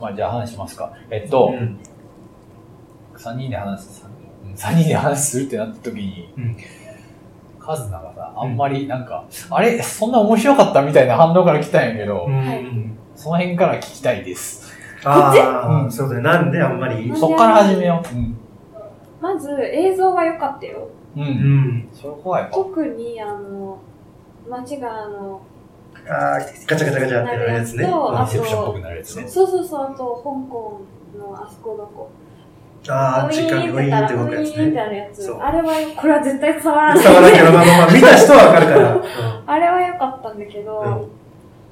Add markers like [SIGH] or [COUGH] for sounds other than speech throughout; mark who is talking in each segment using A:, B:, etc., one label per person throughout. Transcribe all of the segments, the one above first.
A: まあ、じゃあ話しますか。えっと、
B: うん
A: 三人で話す、三人三人で話するってなった時に、
B: うん
A: カズナがさ、あんまりなんか、あれ、そんな面白かったみたいな反応から来たんやけど、
B: うん。
A: その辺から聞きたいです。
B: ああ、そうだね。なんであんまり。
A: そっから始めよう。うん。
C: まず映像が良かったよ。
A: う。
B: うんん。
A: そこはやっぱ、
C: 特に、あの、街が、あの、
B: ああ、ガチャガチャガチャってなるやつね。
C: そう
B: あ
A: セプションっぽくなるやつね。
C: そうそうそう、あと、香港のあそこどこ。
B: あー、時間
C: ウ
B: ウィー
C: ィ
B: ン
C: ーン
B: っ
C: ってて
B: 動
C: 動
B: く
C: く
B: や
C: や
B: つ
C: つ、
B: ね。そう
C: ね。あれは、これは絶対伝わらない。
B: 伝わらんけど、まあまあまあ、見た人はわかるから。うん
C: あれは良かったんだけど、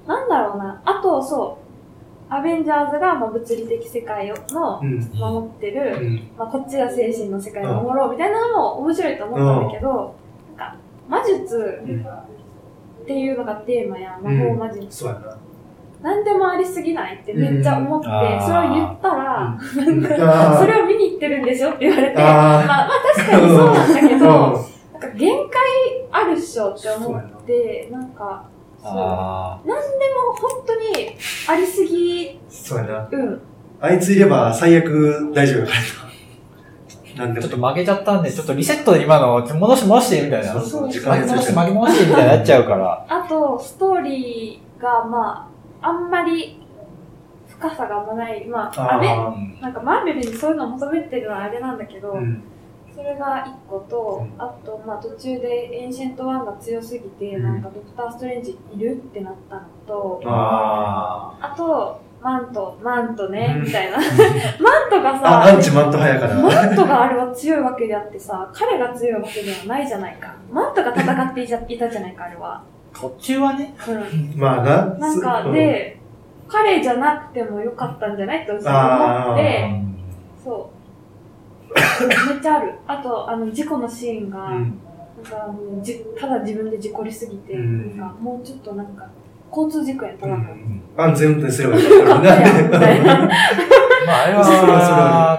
C: なんだろうな。あと、そう、アベンジャーズが、まあ、物理的世界をの
B: うん。
C: 守って
B: う
C: る、
B: ん。
C: まあ、こっちが精神の世界を守ろうみたいなのも面白いと思ったんだけど、なんか、魔術
B: うん
C: っていうのがテーマや、魔法魔術。
B: そうやな。
C: なんでもありすぎないってめっちゃ思って、
A: うんあー
C: それを言ったら、
B: あ
C: それを見に行ってるんでしょって言われ
B: あ
C: て、まあ、
B: あ
C: まあ確かにそうなんだけ
B: ー。
C: ど、
B: そ
C: なんか限界あるっしょって思って、なんか、そう。も
A: あ
C: う本当にありすぎ、
B: うん。そうやな。
C: うん。
B: あいついれば最悪大丈夫やから。なん
A: あ。
B: で
A: ちょっと
B: も。
A: 負けちゃったんで、ちょっとリセットで今の戻して戻してみたいな。
B: そう
A: 負
B: そう、時
A: け
B: 間やつ
A: 戻
B: や
A: して
B: つ。
A: 負け戻してみたいになっちゃうから。
C: あと、ストーリーが、まあ、あんまり深さがあんまない。まあ、あれ
B: あ
C: なんかマーベルにそういうのを求めてるのはあれなんだけど、
B: あ。うん。
C: それが1個
B: う
C: と、
B: ん
C: あと、まあ、途中でエンシェントワンが強すぎて、
B: うん
C: なんかドクター・ストレンジいるってなったのと、
A: あ
C: あと、マント、マントね、
B: うん
C: みた
B: [LAUGHS]
C: いな。
A: あ。
C: マントが
B: あ、アン
C: さ、
B: チマント派やから。
C: マントがあれは強いわけであってさ、彼が強いわけではないじゃないか。マントが戦っていたいたじゃないか、あれは。
A: 途中はね、
C: うん。
B: まあな。
C: なんか、
B: そう、
C: で、彼じゃなくてもよかったんじゃないって思っ
B: あ
C: て、
B: ー
C: そう。めっちゃある。あと、あの、事故のシーンが、
B: う
C: なん
B: ん。
C: かもうじ、ただ自分で事故りすぎて、
B: うん
C: なんか、もうちょっとなんか、交通事故やった
B: う
C: ら、
B: ん安全運転すればよかったのに
C: よかったやんみたい
B: [LAUGHS] な
A: まあ、
B: んで。
A: あれ
B: それはそれ
A: は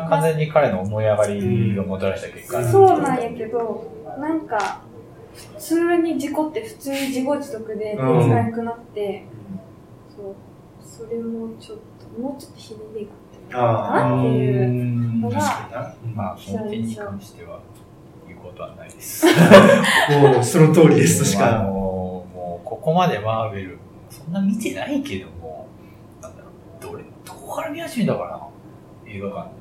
B: は
A: 完全に彼の思い上がりがもたらした結果。
B: うん
C: そうなんやけど、なんか、普通に事故って普通に自業自得で手
B: うん
C: 使えなくなって、そう、それもちょっと、もうちょっとひねりがあった
B: あ
C: のかなっていう。
A: うん
C: のが
B: あ。な
A: まあ、その点に関しては言うことはないです。
B: もう、その通りですとし
A: もうあの
B: か。
A: もう、ここまでマーベル、そんな見てないけども、なんだろう、どれ、どこから見始めたかな映画館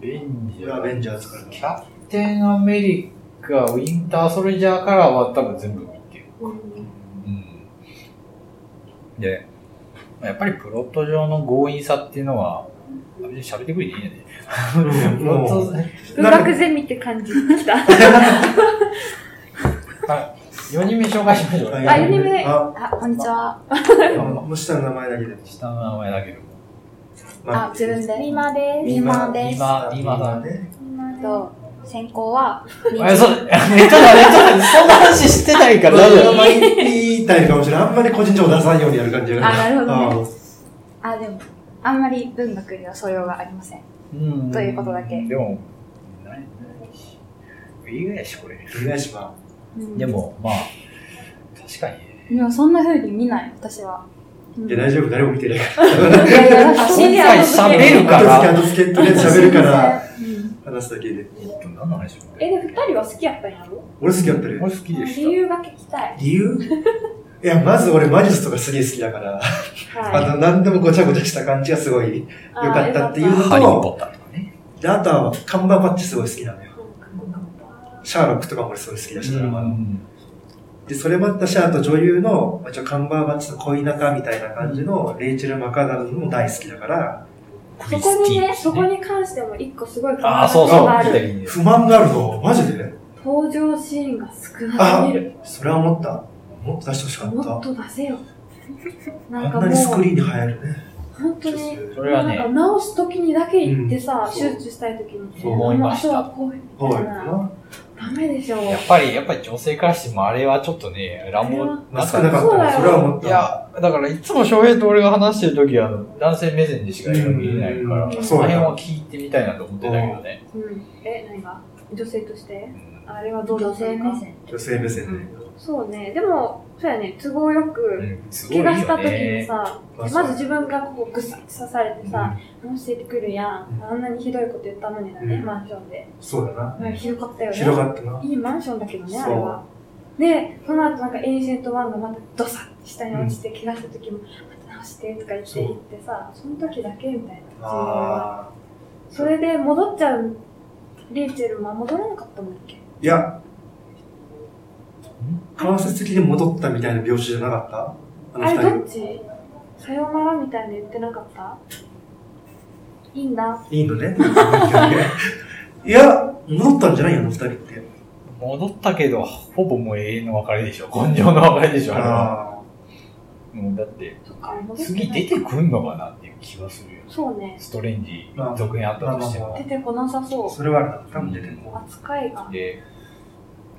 A: で。アベンジャ
B: アベ
A: ー
B: ン
A: ズ。
B: ジャーズからの
A: キャプテンアメリカ、ウィンターソルジャーからは多分全部見てる。
C: う
A: う
C: ん
A: ん。で、まあやっぱりプロット上の強引さっていうのは、あ別に喋ってくれていいんやで。プロッ
B: も
A: ト
B: う、
C: 文学ゼミって感じ
B: [LAUGHS]
C: でした。
A: 4人目紹介しましょう。
C: あ、4人目。
B: あ
D: あ、こんにちは。
B: もう下の名前だけで。
A: 下の名前だけど。
D: あ、自分で。
C: ミマで
D: みまです。
A: 今、今だね。
B: ね。
D: えっと、専攻は、
A: え、そう、 [LAUGHS] え、ちょっと待って、ちょっと待ってそんな話してないから大丈
B: あん
A: 夫。
B: まり言いたいかもしれない。あんまり個人情報出さんようにやる感じが。
D: あなるほど
B: ど。
D: あ、でも、あんまり文学には素養がありません。
A: うん
D: ということだけ
A: でも、ない、ないし。いいやし、これ。
B: お願いしま
A: で、も、まあ、確かにね。
D: でもそんな風に見ない、私は。う
B: す。
D: ん
B: で、大丈夫誰も見てないか。
D: いやいや、だから
A: 今
D: 新
A: 回喋るからら。
B: 後付け、後付けとりあえず喋るから、
D: うん
B: 話すだけで。
A: えっと、何の話を
C: え、で、二人は好きやったんやろ
B: 俺好きだったね。
A: 俺好きで
C: 理
A: し
C: 由が聞きたい。
B: 理由いや、まず俺魔術とかすげえ好きだから、あ
C: は
B: の、何でもごちゃごちゃした感じがすごい。で、
C: い。
B: よかったっていう
A: た。
B: の
C: あ
A: ハリー・ポッターとかね。
B: あとは、看板バッチすごい好きなのよ。
C: ー
B: シャーロックとかも俺すごい好きだし、ドラマ
A: う
B: の
A: ん
B: で、それもあったし、あと女優の、まあ、ちょ、カンバーバッチの恋仲みたいな感じの、レイチェル・マカダムも大好きだから、
A: ク
C: そ
A: リスティ
C: こ
A: ーン
C: にね、
A: です
C: そこに関しても一個すごい不
A: あ
C: 満
A: あ、
C: な
A: そ
C: こ
A: うそ
C: と
A: う、
C: があ
A: 見て
C: る。
A: 見て
B: 不満があるのマジで
C: 登場シーンが少なすぎる。
B: それは思った。もっと出してほしか
C: もっ
B: っ
C: と出
B: [LAUGHS]
C: せよ。
B: た。
C: な
B: あ
C: んか
B: ん
C: も
B: な
C: う、
B: にスク
C: 本
B: リーンに入るね。
C: 当に、
A: それは
C: なんか
A: ね、
C: 直す時にだけ行って
B: う
C: さ、
B: ん
C: 手術したい時に、
B: そう
A: 思いました
C: もうあとはこういう
B: ほう
C: みたいな。ダメでしょ。
A: やっぱり、やっぱり女性からしてもあれはちょっとね、乱暴、
B: まあ、少なかったね。
C: そ
B: そう
C: だよ
B: れは思っ
A: い
B: た。
A: や、だからいつも翔平と俺が話してる時は、あの男性目線でしか見えないから、
B: うん
A: その辺は聞いてみたいなと思ってたけどね。
C: うん。え、何が女性として
A: うん
C: あれはどうだっ
D: 女
C: た
D: 性
C: のか
D: 目線。
B: 女性目線で。
C: そうね。でも、そうやね、都合よ
A: う
C: く、
A: ん、すごいよね。
C: 怪我した時にさ、
B: まあ
C: まず自分がこうぐっ刺されてさ、話してくるやん。あんなにひどいこと言ったのにだね、
B: うん
C: マンションで。
B: そうだな。
C: うんひどかったよね。
B: 広がったな。
C: いいマンションだけどね、
B: そう
C: あれは。で、その後なんかエージェントワンがまたドサッて下に落ちて、怪我した時も、また直してとか言って
B: そう
C: 言ってさ、その時だけみたいな自分は。
B: ああ。
C: それで戻っちゃう、リーチェルは戻らなかったもんだっけ
B: いや、間接的に戻ったみたいな描写じゃなかった
C: あ
B: あ
C: れど
B: の
C: っちさよならみたいな言ってなかったいいんだ。
B: 二人。いいのね。いや、戻ったんじゃないよ、あの二人って。
A: 戻ったけど、ほぼもう永遠の別れでしょ。根性の別れでしょ、あれは。
B: あ
A: もうだって、
C: そっか、戻って
A: 次
C: な
A: 出
C: い。
A: てくんのかなっていう気はするよ。
C: そうね。
A: ストレンジ、続編あったとしても。
C: 出てこなさ
B: あ。
C: そ
B: それはあるな。多分出て
C: う。
B: こ
C: 扱いが。
A: で、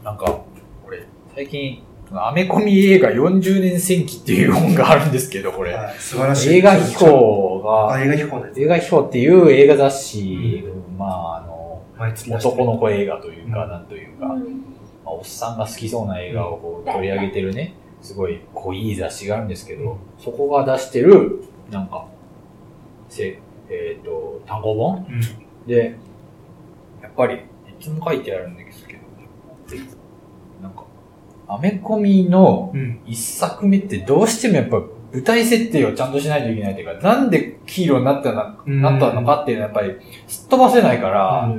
A: なんか、俺、最近、アメコミ映画40年戦記っていう本があるんですけど、こ
B: う。
A: れ。
B: はい素晴らしい。
A: 映画飛。行
B: あ、
A: が、
B: 映画飛行ね。
A: 映画飛行っていう映画雑誌、まあ、あの、
B: 毎月出して
A: 男の子映画というか、
B: うん
A: なんという
C: う
A: か、ま
C: ん。
A: あ、おっさんが好きそうな映画をこう取り上げてるね、すごい濃い雑誌があるんですけど、そこが出してる、なんか、せえっ、と、単行本
B: うん。
A: で、やっぱり、いつも書いてあるんですけど、なんか、アメコミの
B: うん。
A: 一作目ってどうしてもやっぱ舞台設定をちゃんとしないといけないというか、なんでヒーローになったな、
B: うん
A: なったのかっていうのはやっぱりすっ飛ばせないから、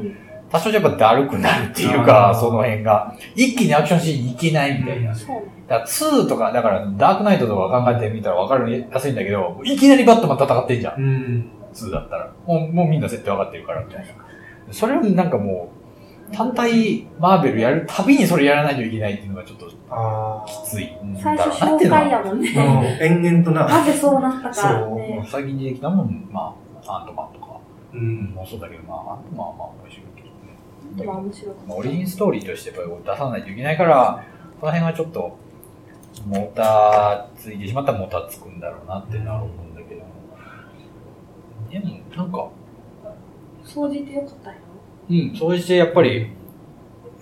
A: 多少やっぱだるくなるっていう
B: あ
A: か、
B: ー
A: その辺が。一気にアクションシーンいけないみたいな。だ
B: うん
C: そうね。
A: から2とか、だからダークナイトとか考えてみたらわかるやすいんだけど、いきなりバットマン戦ってんじゃん。
B: うん。
A: 2だったら。もうもうみんな設定分かってるから、みたいな。それをなんかもう、単体マーベルやるたびにそれやらないといけないっていうのがちょっとき
B: ああ。
A: つい。
C: 最初
A: なんていう
C: 紹
A: の
C: 介やもんね。
B: うん延々と
C: な
B: な。
C: ぜそうなったか
B: そう
A: も
C: ね
A: う。最近出てきたもん、まあ、アントマンとか
B: うん。
A: もそうだけど、まあ、アントマンはまあ面白いけどね。
C: でも面白か
A: まあ
C: っ
A: オリジンストーリーとしてやっぱり出さないといけないから、その辺はちょっと、もたついてしまったらもたつくんだろうなってなる思うんだけども。でも、なんか、
C: た。掃除ってよかったよ。
A: うん、そうしてやっぱり、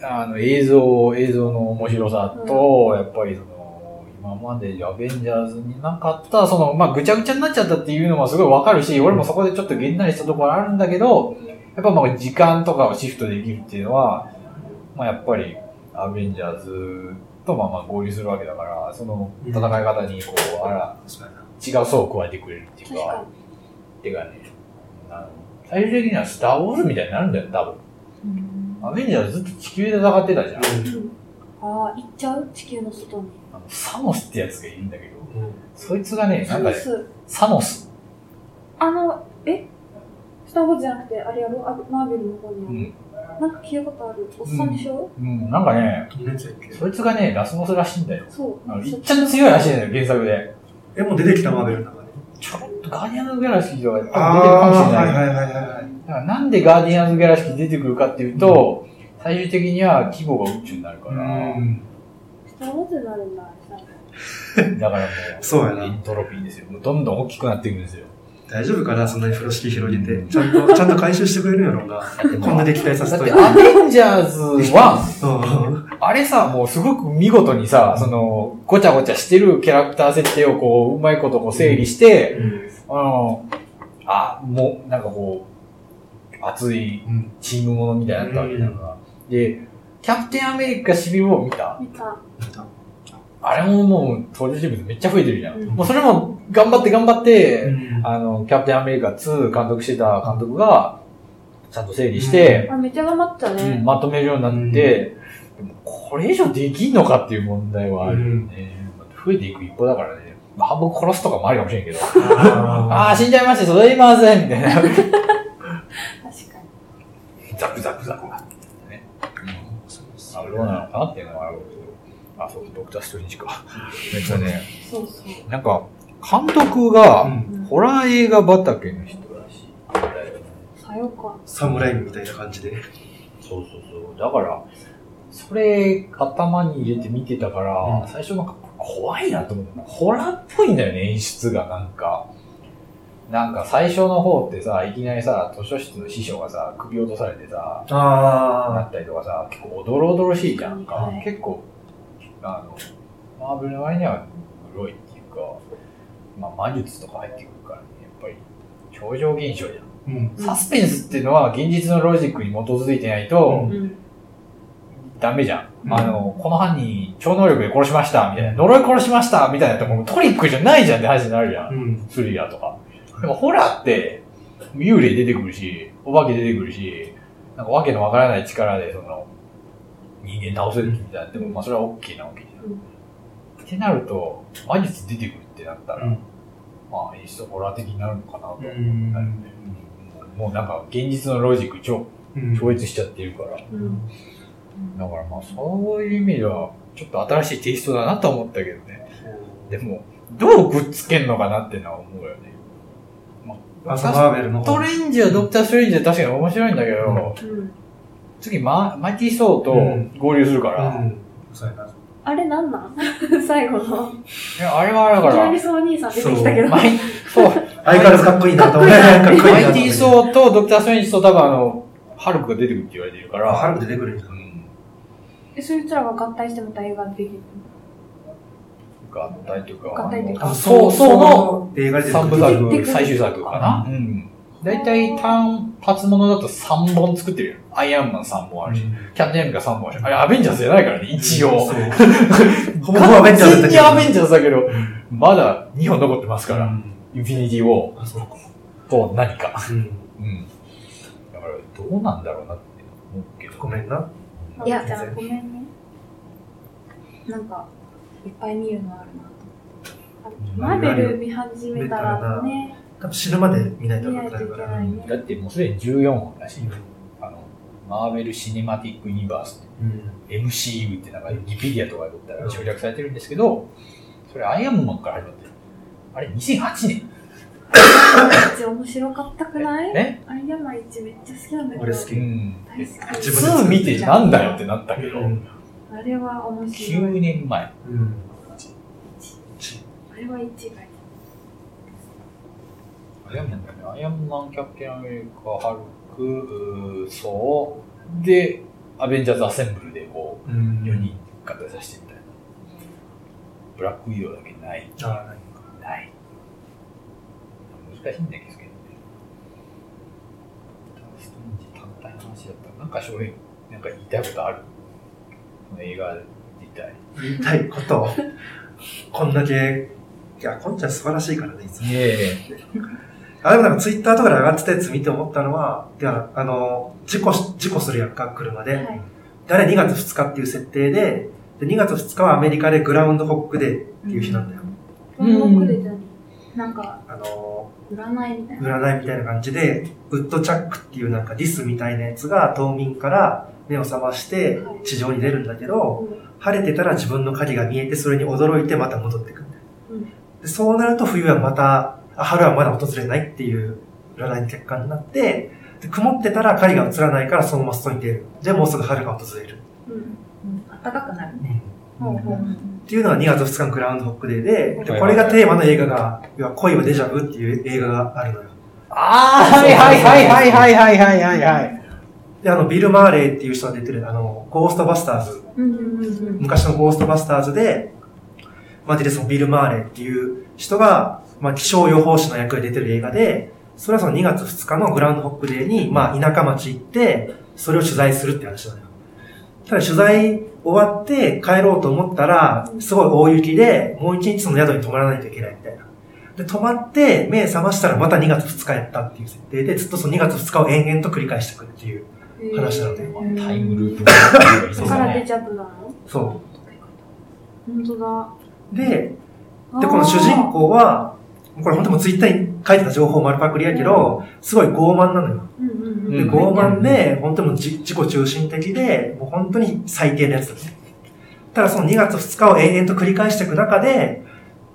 A: あの、映像、映像の面白さと、やっぱりその、今までアベンジャーズになかった、その、まあ、ぐちゃぐちゃになっちゃったっていうのはすごいわかるし、俺もそこでちょっとげんなりしたところあるんだけど、やっぱまあ、時間とかをシフトできるっていうのは、まあ、やっぱり、アベンジャーズとまあまあ合流するわけだから、その戦い方にこう、あら、
B: そうやな。
A: 違う層を加えてくれるっていう
C: 確
A: か、
C: か
A: てかね、あの、最終的にはスター・ウォーズみたいになるんだよ、多分。アベンジャーズずっと地球で戦ってたじゃん。
C: に。うん。ああ、行っちゃう地球の外に。
A: あのサモスってやつがいるんだけど、
B: うん。うん
A: そいつがね、な
C: サ
A: んか
C: ム
A: ね、
C: ス。
A: サモス。
C: あの、えスター・ウォーズじゃなくて、あれやろあマーベルの方にあ
A: う
C: る。
A: ん。
C: なんか聞いたことある。おっさんでしょ、
A: うん、なんかね、
B: どんなやつやっけ
A: そいつがね、ラスボスらしいんだよ。
C: そう。
A: あのい
C: そ
A: っちゃん強いらしいんだよ、原作で。
B: え、もう出てきたマーベルの中で。
A: ちょろっとガーディアンズ・ギャラクシーとか出てる
B: あ
A: かもしれない
B: あー
A: けど。
B: はいはいはいはい。
A: だからなんでガーディアンズ・ギャラクシー出てくるかっていうと、最終的には規模が宇宙になるから、
B: うん
C: スター・ウォーズになるんだ、あれさ
A: だからも
B: そうや
A: う、
B: な
A: エントロピーですよ。もうどんどん大きくなっていくんですよ。
B: 大丈夫かなそんなに風呂敷広げて。ちゃんと、ちゃ [LAUGHS] んと回収してくれるんやろうな。こんなで期待させ
A: だっ
B: とい
A: て、
B: て。
A: アベンジャーズは、
B: うん
A: あれさ、もうすごく見事にさ、その、ごちゃごちゃしてるキャラクター設定をこう、うまいことこう整理して、あの、あ、もう、なんかこう、熱い
B: うん
A: チームものみたいになったわけだから。で、キャプテンアメリカシビルを見た
C: 見た。
A: あれももう登場人物めっちゃ増えてるじゃん。
C: うん
A: もうそれも頑張って頑張って、
B: うん
A: あの、キャプテンアメリカ2監督してた監督が、ちゃんと整理して、
C: あ、めっちゃ頑張ったね。
A: うんまとめるようになって、でもこれ以上できんのかっていう問題はあるよね。増えていく一方だからね。まあ半分殺すとかもあるかもしれんけど。あ
B: あ
A: [LAUGHS] あ、死んじゃいました、それいませんみたいな。
C: 確かに。
A: ザクザクザクなってね。うん。あどうなのかなっていうのはあるけど。あ、そう、ドクターストレンジか。えっとね、
C: そうそう。
A: なんか、監督
B: あ
A: が、ホラー映画畑の人らしい。
C: さよか。
B: サムライみたいな感じで。
A: そうそうそう。だから、それ、頭に入れて見てたから、
B: うん
A: 最初なんか怖いなと思って、ホラーっぽいんだよね、演出がなんか。なんか最初の方ってさ、いきなりさ、図書室の師匠がさ、首落とされてさ、な
B: あ
A: ったりとかさ、結構おどろおどろしいじゃんか。
C: はい
A: 結構、あの、マーベルの割には黒いっていうか、まあ、魔術とか入ってくるからね、やっぱり、超常現象じゃん。
B: うん。
A: サスペンスっていうのは現実のロジックに基づいてないと、
C: うん。
A: ダメじゃん。
B: うん
A: あの、この犯人、超能力で殺しました、みたいな、呪い殺しました、みたいなとこもうトリックじゃないじゃんって話になるじゃん。
B: うん。
A: スリラーとか。でもホラーって、幽霊出てくるし、お化け出てくるし、なんかわけのわからない力で、その、人間倒せるみたいな。でも、まあそれは OK なわけじゃん。
C: うん
A: ってなると、魔術出てくるってなったら、
B: うん
A: まあ一層ホラー的になるのかなと思ったよね。
B: うん
A: うんもうなんか現実のロジック超
B: うん。
A: 超越しちゃってるから。
C: うん。
A: だからまあそういう意味では、ちょっと新しいテイストだなとは思ったけどね。でも、どうくっつけんのかなってのは思うよね。ま
B: あのマーベルの
A: スト
B: 方。
A: レンジはドクター・ストレンジは確かに面白いんだけど、
C: うん。
A: 次マ、マイティ・ソーと合流するから、
B: うん。そうやな。
C: あれなんなん [LAUGHS] 最後の。
A: いやあれはだか
C: いきな
A: ら
C: り、そうお兄さん出てきたけど。
A: マイ、そう、
B: 相変わらず [LAUGHS] かっこいいなと思って。かっこい
A: マ
B: いなと思
A: イ
B: っ
A: ティ・
B: て。
A: ソーとドクター・ストレンジと多分あの、ハルクが出てくるって言われてるか
B: あ、ハ
A: ら、
B: ルク出てくるんじゃん。
A: うん。
C: えそいつらが合体しても映画できる。
A: 合体というか、
C: 合体というか
A: あのそう、そうの
B: 映画で出て
A: 三
B: く
A: 部
B: る。
A: 作、最終作かな。うん。大体単発ものだと3本作ってるよ。アイアンマン3本あるし、キャンディアンが3本あるし、あれアベンジャーズじゃないからね、一応。
B: そうほぼほぼアベンジャー
A: 完全
B: ズだけ
A: に
B: ど
A: アベンジャーズだけど、まだ2本残ってますから、
B: うん
A: インフィニティ・ウォー
B: あ、そうか。
A: と何か。
B: うん。
A: うん。だから、どうなんだろうなって思うけど。
B: ごめんな。
D: いや
C: じゃんごめんね。
D: なんか、
C: いっぱい見るのあるなとマーベル見始めたらね、
B: 多分死ぬまで見ないと
C: 見な
B: 分
C: い
B: か
C: と
B: ん
C: い
B: な
C: け
B: いか
C: な
B: ら
C: い。ね
A: だ。ってもうすでに14本らしいよ。
B: う
A: あの、マーベル・シネマティック・ユニバースって
B: ん。
A: MCU ってなんか、ウィキペディアとかで言ったら省略されてるんですけど、それアイアンマンから始まってる。あれ、2008年
C: 一面白かったくない
A: ね。
C: アイアンマン1めっちゃ好きなんだけど。
B: 俺好き
A: うん。
C: 大好
B: 自
C: き
B: 分で作
A: 2
B: る
A: 見てなんだよってなったけど、
C: あれは面白
A: 9
C: い。
A: 年前。
B: うん。
C: あれは一番。
A: アイアンマンだよね。アイアンマン、キャプテンアメリカ、ハルク、うーソー、で、アベンジャーズアセンブルでこ
B: う
A: う、
B: ん。
A: 4人合体させてみたいな。ブラックウィドウだけない。
B: ああ、ない
A: ない。難しいんだけどね。ストレンジ単体の話だったら、なんか翔平、なんか言いたいことあるこの映画自体。
B: 言いたいことを、こんだけ、いや、こんちゃん素晴らしいからね、いつも。
A: いえ
B: あ、でもなんかツイッターとかで上がってたやつ見て思ったのは、いや、あの、事故し、事故するやんか、車で。
C: はい。
B: で、あれ2月2日っていう設定で、で2月2日はアメリカでグラウンドホックデーっていう日なんだよ。
C: このロックでじゃん。
D: なんか、
B: あの、
D: 占いみたいな。
B: 占いみたいな感じで、ウッドチャックっていうなんかリスみたいなやつが冬眠から目を覚まして地上に出るんだけど、晴れてたら自分の影が見えてそれに驚いてまた戻ってくる、
C: うん
B: でそうなると冬はまた、あ春はまだ訪れないっていう占いの結果になって、で曇ってたら影が映らないからそのまま外に出る。で、もうすぐ春が訪れる。
C: うん。
D: 暖かくなる。
C: ほうほう。
B: っていうのが2月2日のグラウンドホックデーで、
A: は
B: で
A: い
B: これがテーマの映画が、要は恋はデジャブっていう映画があるのよ。
A: ああ、はいはいはいはいはいはいはいはい。
B: で、あの、ビル・マーレーっていう人が出てる、あの、ゴーストバスターズ、
D: うんうんうん
B: 昔のゴーストバスターズで、まあ、出てそのビル・マーレーっていう人が、まあ、気象予報士の役で出てる映画で、それはその2月2日のグランドホックデーに、まあ、田舎町行って、それを取材するって話なのよ。ただ取材終わって帰ろうと思ったら、すごい大雪で、もう一日その宿に泊まらないといけないみたいな。で、泊まって、目覚ましたらまた2月2日やったっていう設定で、ずっとその2月2日を延々と繰り返していくっていう話なのね。
C: うん
A: タイムループがあるように
C: だ
A: ね
C: からデジャブなの
B: そう。
C: 本当だ。
B: で、
C: あ
B: で、
C: ー
B: この主人。公は、これ本当もうツイッターに書いてた情報丸パクリやけど、すごい傲慢なのよ。
C: うんうんうん。
B: で、
A: うん
B: 傲慢で、本当もうじ自己中心的で、もう本当に最低なやつだね。ただその2月2日を延々と繰り返していく中で、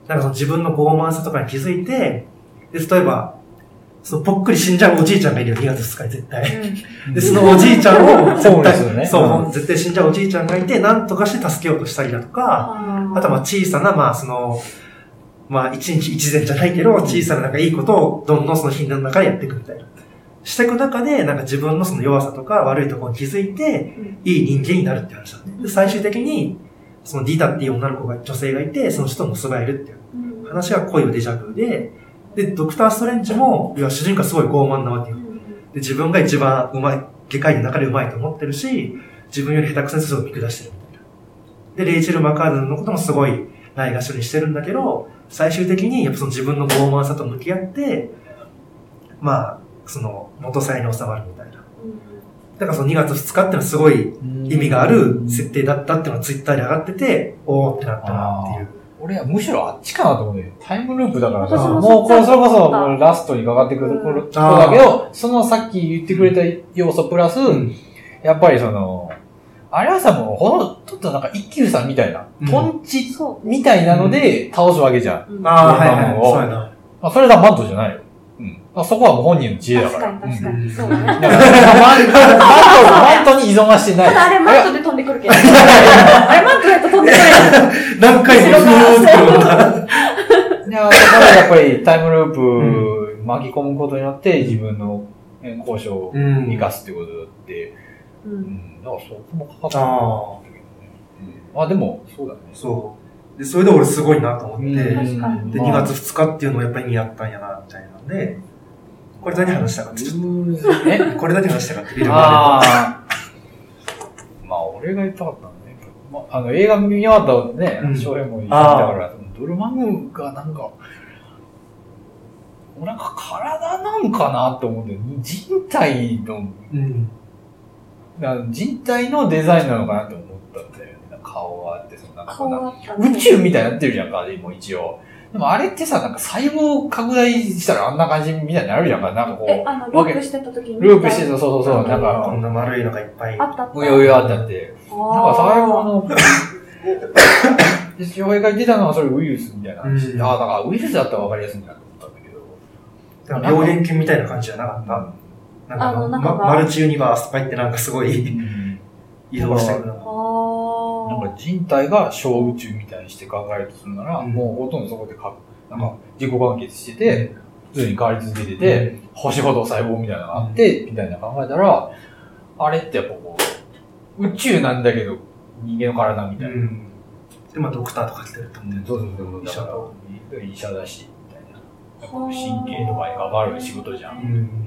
B: なんかその自分の傲慢さとかに気づいて、で、例えば、そのぽっくり死んじゃうおじいちゃんがいるよ、2月2日に絶対。で、そのおじいちゃんを、
A: そうで
B: 絶対
A: すよね
B: そう、絶対死んじゃうおじいちゃんがいて、なんとかして助けようとしたりだとか、
C: あ
B: あとはまあ小さな、まあその、まあ一日一善じゃないけど、小さななんかいいことをどんどんその頻度の中でやっていくみたいな。していく中で、なんか自分のその弱さとか悪いところに気づいて、
C: うん
B: いい人間になるって話だね。で最終的に、そのディタっていう女の子が、女性がいて、その人と結ばれるっていう
C: うん
B: 話が恋をデジャブで、で、ドクター・ストレンジも、いや、主人公はすごい傲慢なわけよ。で、自分が一番うまい、外科医の中でうまいと思ってるし、自分より下手くそにすを見下してるみたいな。で、レイチェル・マカーズのこともすごいないがしろにしてるんだけど、最終的にやっぱその自分の傲慢さと向き合って、まあ、その元さえに収まるみたいな。だからその2月2日ってのはすごい意味がある設定だったっていうのはツイッターで上がってて、おーってなったなっていう。
A: 俺はむしろあっちかなと思うんだよ。タイムループだから
C: 私
A: さ、
C: も
A: もうこ
C: そっ
A: れ
C: ち
A: そ
C: だ
A: れ
C: と
A: こ
C: 思った
A: そもうラストにかかってくるところ
C: うん
A: ところだけど、そのさっき言ってくれた要素プラス、やっぱりその、あれはさ、もうほんとちょっとなんか一休さんみたいな
B: うん、
A: トンチ
C: そ
A: みたいなので倒すわけじゃん。
C: う。うん
B: ああ、はい
A: うん
B: はい。そうやな。
A: まあ、それがマントじゃないよ。うん。まあ、そこはもう本人の知恵だか。
C: 確からに確か
A: うん
C: に。そうだ
A: だ
C: ね。
A: からマント、マントマントに依存はしてない。
C: ただあれマッ
A: い
C: トで飛んでくるけど。あれマットだと飛んでこない。
B: 何回もそうってくるんだ。
A: や、いやそこはやっぱりタイムループ巻き込むことによって自分のえー交渉を
B: うん。
A: 生かすってことだって、
C: う。
A: うんん。だからそこもかかってるな
B: ああ、
A: うん。あ、でも、そうだね。
B: そう。で、それで俺すごいなと思って、
A: うん
B: で、
C: 確かに
B: 2月。2日っていうのをやっぱり意味あったんやな、みたいなんで、これ何話したかって、ちょっ
A: え
B: とこれ何話したかって、ビルマ
A: ああ。まあ、俺が言いたかったんだね。まあ、あの、映画見終わった後ね
B: う、ん
A: 翔平も言ったから、ドルマムがなんか、なんか体なんかなと思うんだよ。人体の、
B: ーで。うん。
A: な人体のデザインなのかなって思ったんだよね。顔があって、そのなんかこ
C: 顔
A: うな
C: だ
A: んか
C: ったね
A: 宇宙みたいになってるじゃんか、でも一応。でもあれってさ、なんか細胞拡大したらあんな感じみたいになるじゃんか、なんかこ
C: え、
A: う、
C: あの、ループしてた時に。
A: ループしてた、そうそうそう、なん
B: こ
A: か、
B: んな丸いのがいっぱい。
C: あったあった。
A: うようよあったって。なんか最後の、で、翔平が言ってたのはそれウイルスみたいな話
B: うん
A: ああ、だからウイルスだったらわかりやすいなと思ったんだけど。
B: なんか病原菌みたいな感じじゃなかっ
A: ん
B: た。
C: あの
B: なん
C: な
B: か
C: んか
B: マルチユニバースとか言ってなんかすごい移動してくる
C: あ
B: の。
A: なん
C: ー
A: か人体が小宇宙みたいにして考えるとするなら、
B: うん
A: もうほとんどそこでか、なんか自己完結してて、普通に変わり続けてて、星ほど細胞みたいなのがあって、みたいな考えたら、あれってやっぱこう、宇宙なんだけど、人間の体み
B: う
A: たいな。
B: ん。で、まあドクターとか来てると思
A: そうそうそうそう。
B: 医者だ
A: だから医者だし、みたいな。やっぱ神経とかに関わる仕事じゃん。
B: う。うん。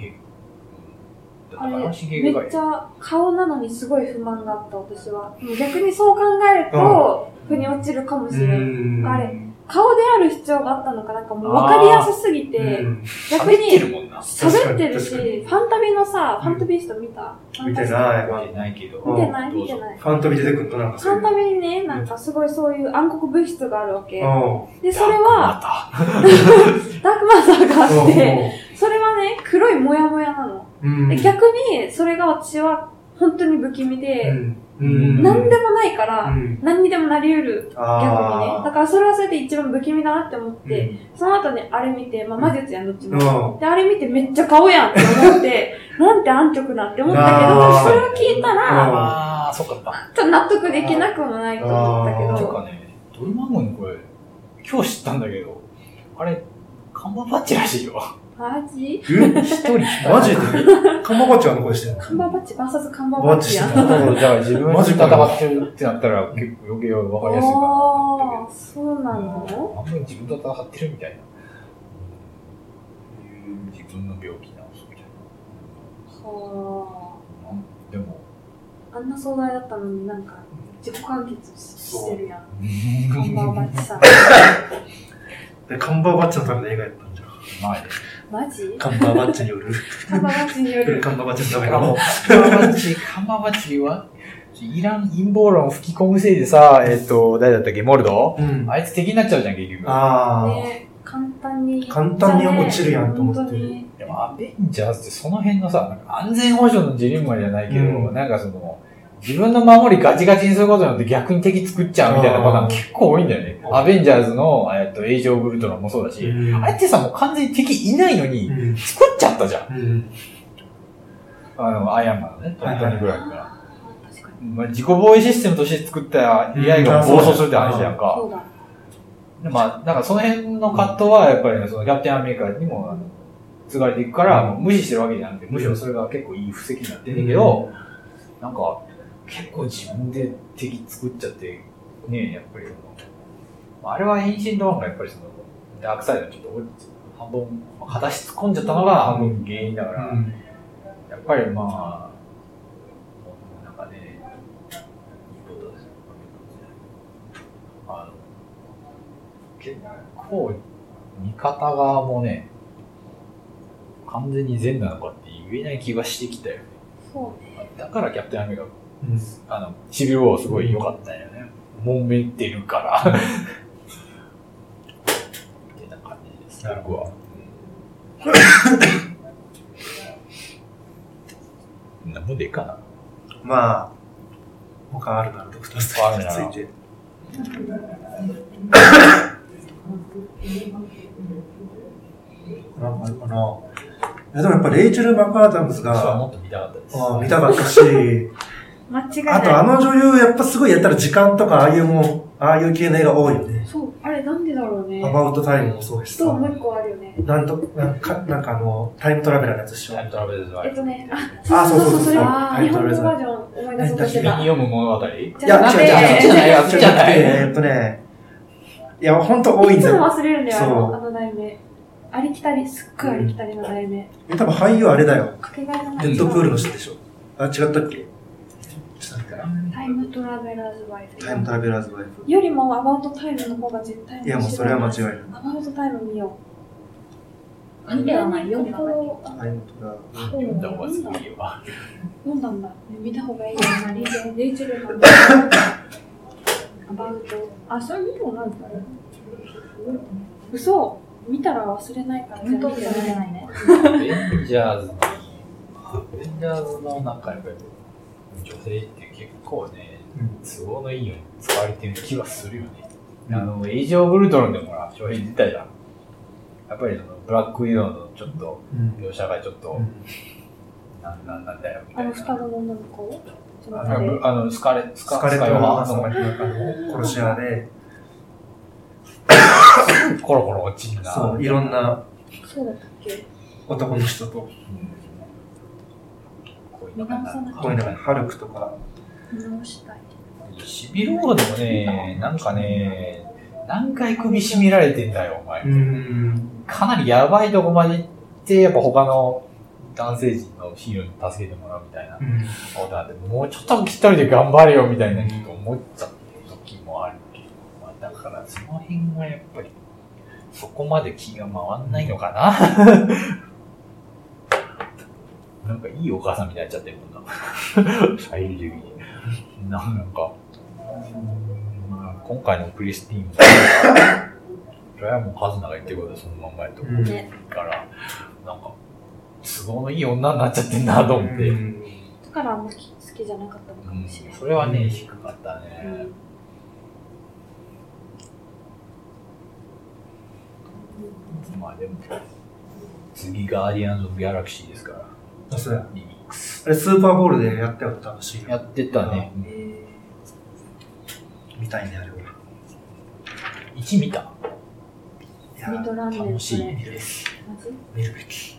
A: だ
C: あ
A: か
C: れ、
A: ら
C: めっ
A: 神経外
C: ちゃ顔なのにすごい不満だった、私は。逆にそう考えると、腑に落ちるかもしれない。
B: うん
C: あれ顔である必要があったのか、なんかもう分かりやすすぎて、
B: うん
C: 逆
A: 喋って
C: に
A: るもんな。
C: 喋ってるし、
B: 確かに
C: ファンタビのさ、
B: うん
C: ファンタビスト見た
B: 見て
C: フ
B: ない。
A: 見てないけど。
B: うん
C: ァンタビ
A: どう
C: スト見てない見
A: ぞ
C: てない。
B: ファントミ出てくるとなんか
C: ファン
B: う
C: タビにね、なんかすごいそういう暗黒物質があるわけ。
B: う
C: で、それ
A: ま
C: は、ダークマザーがあっ
B: ん。
C: て、それはね、黒いモヤモヤなの。
B: うん。
C: で逆に、それが私は本当に不気味で、
B: うん。
C: 何でもないから、
B: うん
C: 何にでもなり得る。逆にね。だ
B: あ
C: からそれはそれで一番不気味だなって思っ
B: ー
C: て、その後ね、あれ見て、まあ、魔術やん、どっち
B: うん。う
C: も。
B: ん。
C: で、あれ見てめっちゃ顔やんって思って、なんて安直なって思ったけ
B: あ
C: ど、
B: ー
C: それを聞いたら、
A: ああ、そっか。
C: ちょっと納得できなくもないと思ったけ
B: あ
A: て
B: ー
A: か
C: ど、
A: ね、ドルマンゴにこれ、今日知ったんだけど、あれ、看板バッチらしいよ。
C: マ
B: え
C: ジ
A: 一人
B: マジでカンババッチョの声してるの
C: カンバーバッチ、バーサスカンバーバッチやん。
B: バ
A: だから自分
B: マ
A: が
B: ジ
A: 戦
B: かよ
A: ってるってなったら結構余計わかりやすいかなと思
C: あ
A: っ
C: ー、そう
A: た
C: な
A: け
C: の
A: ど。あんまり自分と戦ってるみたいな。うん自分の病気治すみたい
C: は
A: な。なんでも、
C: あ。あんな壮大だったのになんか、自己完結ししてるやん。カンバーバ
A: 前
C: ッチさん。
B: で、カンババッチョのための映画やったんじゃん。
A: で。
C: マジ
B: カンババッチョによる。
C: カンバーバッチに
B: [LAUGHS]
C: よる。
B: カンババッチョのため
A: あもう
B: の。
A: カンババッチ、カンババッチは、イラン陰謀論を吹き込むせいでさ、えっ、と、誰だったっけ、モルド
B: うん。
A: あいつ敵になっちゃうじゃん、結局。
B: あ
C: ね、簡単に。
B: 簡単に落ちるやんと思って
C: 本当に
A: でも、アベンジャーズってその辺のさ、なんか安全保障のジレンマじゃないけど、
B: うん
A: なんかその、自分の守りガチガチにすることによって逆に敵作っちゃうみたいなパターン結構多いんだよね。
B: あー
A: アベンジャーズの、えっ、と、エイジ・オブ・ウルトラもそうだ
B: ー
A: し、あれってさ、もう完全に敵いないの
B: う
A: に、
B: ん。
A: 作っちゃったじゃん。
B: うん。
A: あの、アイアンマンのね、ト
B: はい
A: ニ
B: はい
A: ー・ブラウンから。
C: あー確かに。
A: まあ、自己防衛システムとして作った AI
B: うんあ
A: が
B: そう
A: 暴
B: だ
A: 走するって話やんか。
C: そうだ。
A: でまあ、なんかその辺の葛藤はやっぱりね、そのキャプテンアメリカにも、あの、継がれていくから、もう無視してるわけじゃなくて、むしろそれが結構いい布石になってんだけど、なんか、結構自分で敵作っちゃって、ね、やっぱりその、まああれは変身ドアンがやっぱりその、ダークサイドにちょっと半分、まあ形突っ込んじゃったのが半分原因だから、
B: うん
A: やっぱりまあ、なんかね、いいことですよ。あの、結構、味方側もね、完全に善なのかって言えない気がしてきたよね。
C: そうね。
A: だからキャプテンアメリカ、
B: うん
A: あの、シビルウォーすごい良かったよね。揉めてるから。ってな感じです。
B: なる
A: ほど。うんなんもでいいかな。
B: まあ、他あるならドクターストレンジについて。なんかあるかないやでもやっぱレイチェル・マクアダムズ
A: 私は
B: が、
A: もっと見たかったです。
B: あ見たかったし、
C: 間違いない。
B: あとあの女優やっぱすごいやったら時間とかああいうもん、ああいう系の映画多いよね。
C: そう、あれなんでだろうね
B: ア。バウトタイムもそうです
C: そう、もう一個あるよね。
B: なんと、なんか、なんかあの、タイムトラベラーのやつでしょ。
A: タイムトラベルズは
C: えっとね、
B: あ
C: あ、そうそうそ
B: そ
C: う、
B: うそうそう
C: それ、日
B: タイト
C: 本
B: ル
C: 語
B: ですね
C: バージョン思い出そうとして
A: 君に
C: た。
A: 読む物語い
B: いや、
A: なん
B: 違う
A: で
B: 違う
A: あっちじゃないあっちじゃない
B: えーっとね、いや、ほんと多いん
C: い
B: だ
C: つ
B: よ
C: も。忘れるんだよ、あ
B: そう
C: のあの題名。ありきたり、すっごいありきたりの題名。
B: 多分俳優あれだよ。
C: かけがえのな
B: デ
C: い。
B: ッドプールの人でしょ。あ、違ったっけちょっと待ってな
C: タイムトラベラーズバイ
B: タイムトラベラーズワイフ。
C: よりもアバウトタイムの方が絶対面
B: い
C: 白
B: や、もうそれは間違いない。
C: アバウトタイム見よう。
D: 見てはない読んだだけ
C: あ
B: タイムトラベラー
A: 読んだ方が好きよ。
C: 読んだんだ。見た方がいいよ。
D: あんまり
C: レイチェルマン。アバウト。あ、それ見もなんだ嘘。見たら忘れないから。
D: 本当って見れないね。
A: アベンジャーズの、アベンジャーズのなんかやっぱり、女性って結構ね、都合のいいように使われてる気はするよね。
B: うん
A: あの、エイジオブ・ウルトロンでもほら、商品自体だ。やっぱりその、ブラック・ウィドウのちょっと、
B: うん
A: 描写がちょっと
B: う、ん
A: なんなんなんだよ、みたい
C: あ
A: な。
C: の双子の女の子ちょっと
A: あ
C: 待って
A: の、あのスカレ、スカ
B: スカレット・ヨハンソン
A: スカ
B: が
A: ヨ
B: 殺し屋で、
A: ハンソンコロコロ落ちんな。
B: そう、いろんな
C: そうだったっけ
B: 男の人と、
A: こうい
C: 見
A: うの
C: 直
A: が
C: さなき
B: こういうのがハルクとか、
C: ゃ見直したい。
A: シビローでもね、なんかね、何回首絞められてんだよ、お前
B: う。ん、
A: かなりやばいとこまで行って、やっぱ他の男性陣のヒーローに助けてもらうみたいな。
B: うん、
A: そうだって、もうちょっと一人で頑張れよ、みたいなこと思っちゃった時もあるけど、まあ、だからその辺がやっぱり、そこまで気が回んないのかな。 [LAUGHS] なんかいいお母さんみたいになっちゃってるもんな。 [LAUGHS] アイルジュに。なんか、うんまあ今回のクリスティーンも、それはもうカズナが言ってることでそのまんまやと思う
B: ね
A: から、なんか、都合のいい女になっちゃってんなと思って。
B: うん
C: だからあんまき好きじゃなかったのかもしれない。
A: それは
B: うん
A: ね、低かったね。まあでも、次ガーディアンズ・オブ・ギャラクシーですから、
B: あ、そうや。
A: リミックス。
B: あれ、スーパーボールでやったよ、楽しい
A: やってたね。
C: え
B: みたいね、あれ俺。
A: 1見た。
B: い
C: ーミ
B: や、
C: トランネ
A: 楽
C: ン
A: し
C: そ
A: い
C: れ。
A: です。
C: マジ
B: 見るべき。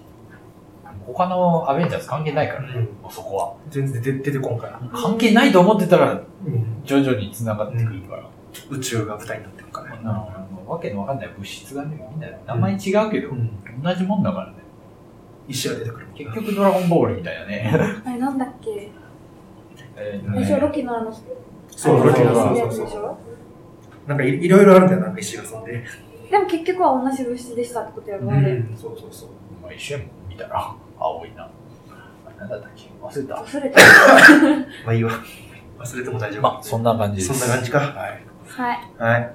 A: 他のアベンジャーズ関係ないからね、
B: うん
A: もうそこは。
B: 全然出出てこんから。
A: 関係ないと思ってたら、
B: うん
A: 徐々に繋がってくるから。
B: 宇宙が舞台になってるからね。
A: なんかもうわけのわかんない物質がね、みんな名前違うけど、
B: うん
A: 同じもんだからね。
B: 石が出てくるもんな
A: 結局ドラゴンボールみたいなね。
C: あれなんだっけ
A: えーと
C: 最
A: ね
C: 初ロキのあの、
B: そう、
A: あ
B: ロ
A: ロ
B: キ
A: キ
B: の
A: の
B: そ
A: そうう
B: そう
C: やつ
B: そう
C: でしょ
B: なんかいいろいろあるんだよ、なんか石がそんで。
C: でも結局は同じ物質でしたってことやろ、あれ。
B: ん、そうそうそう。
A: まあ、一瞬見たら、青いな。あれなんだったっけ忘れた。
C: 忘
B: [LAUGHS]
C: れた。
B: まあいいわ。忘れても大丈夫。
A: まあ、そんな感じで
B: そ
A: す。
B: んな感じか。
A: はい。
C: はい。
B: はい。